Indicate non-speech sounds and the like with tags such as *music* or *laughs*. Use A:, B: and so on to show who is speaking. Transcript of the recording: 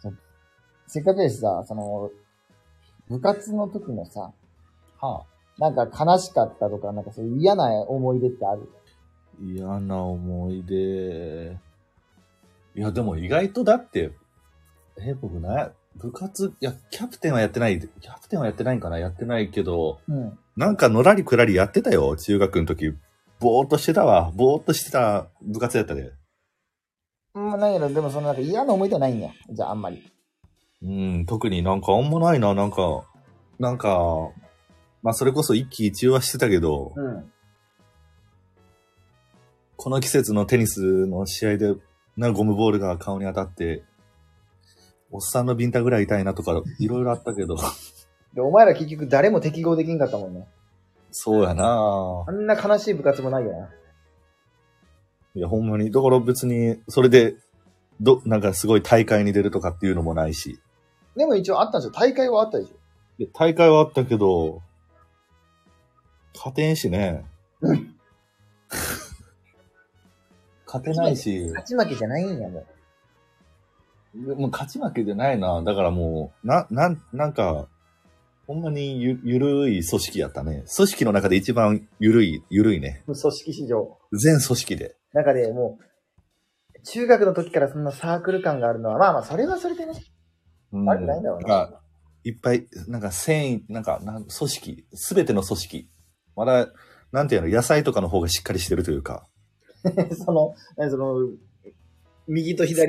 A: そうせっかくやしさ、その、部活の時のさ、
B: はあ。
A: なんか悲しかったとか、なんかそういう嫌な思い出ってある
B: 嫌な思い出。いや、でも意外とだって、え、僕な、部活、いや、キャプテンはやってない、キャプテンはやってないんかなやってないけど、
A: うん。
B: なんかのらりくらりやってたよ、中学の時。ぼーっとしてたわ。ぼーっとしてた部活やったで。
A: まあ、なんやろ、でもそのなんか嫌な思い出はないんや。じゃああんまり。
B: うん、特になんかあんまないな、なんか、なんか、まあそれこそ一喜一憂はしてたけど、
A: うん。
B: この季節のテニスの試合で、な、ゴムボールが顔に当たって、おっさんのビンタぐらい痛いなとか、いろいろあったけど、 *laughs*
A: で、お前ら結局誰も適合できんかったもんね。
B: そうやな
A: あんな悲しい部活もないよな。
B: いや、ほんまに。だから別に、それで、ど、なんかすごい大会に出るとかっていうのもないし。
A: でも一応あったんですよ。大会はあったでしょ。
B: いや大会はあったけど、勝てんしね。 *laughs* 勝てないし、
A: 勝ち負けじゃないんや、も
B: もう勝ち負けじゃないな。だからもう、な、なん、なんか、ほんまにゆ、ゆるい組織やったね。組織の中で一番ゆるい、ゆるいね。
A: う。組織史上。
B: 全組織で。
A: 中でもう、中学の時からそんなサークル感があるのは、まあまあ、それはそれでね。 *laughs*
B: うん
A: 悪くないんだろうな
B: なんか、いっぱい、なんか繊維、なんか、なん組織、すべての組織。まだ、なんていうの、野菜とかの方がしっかりしてるというか。
A: その、何その、右と左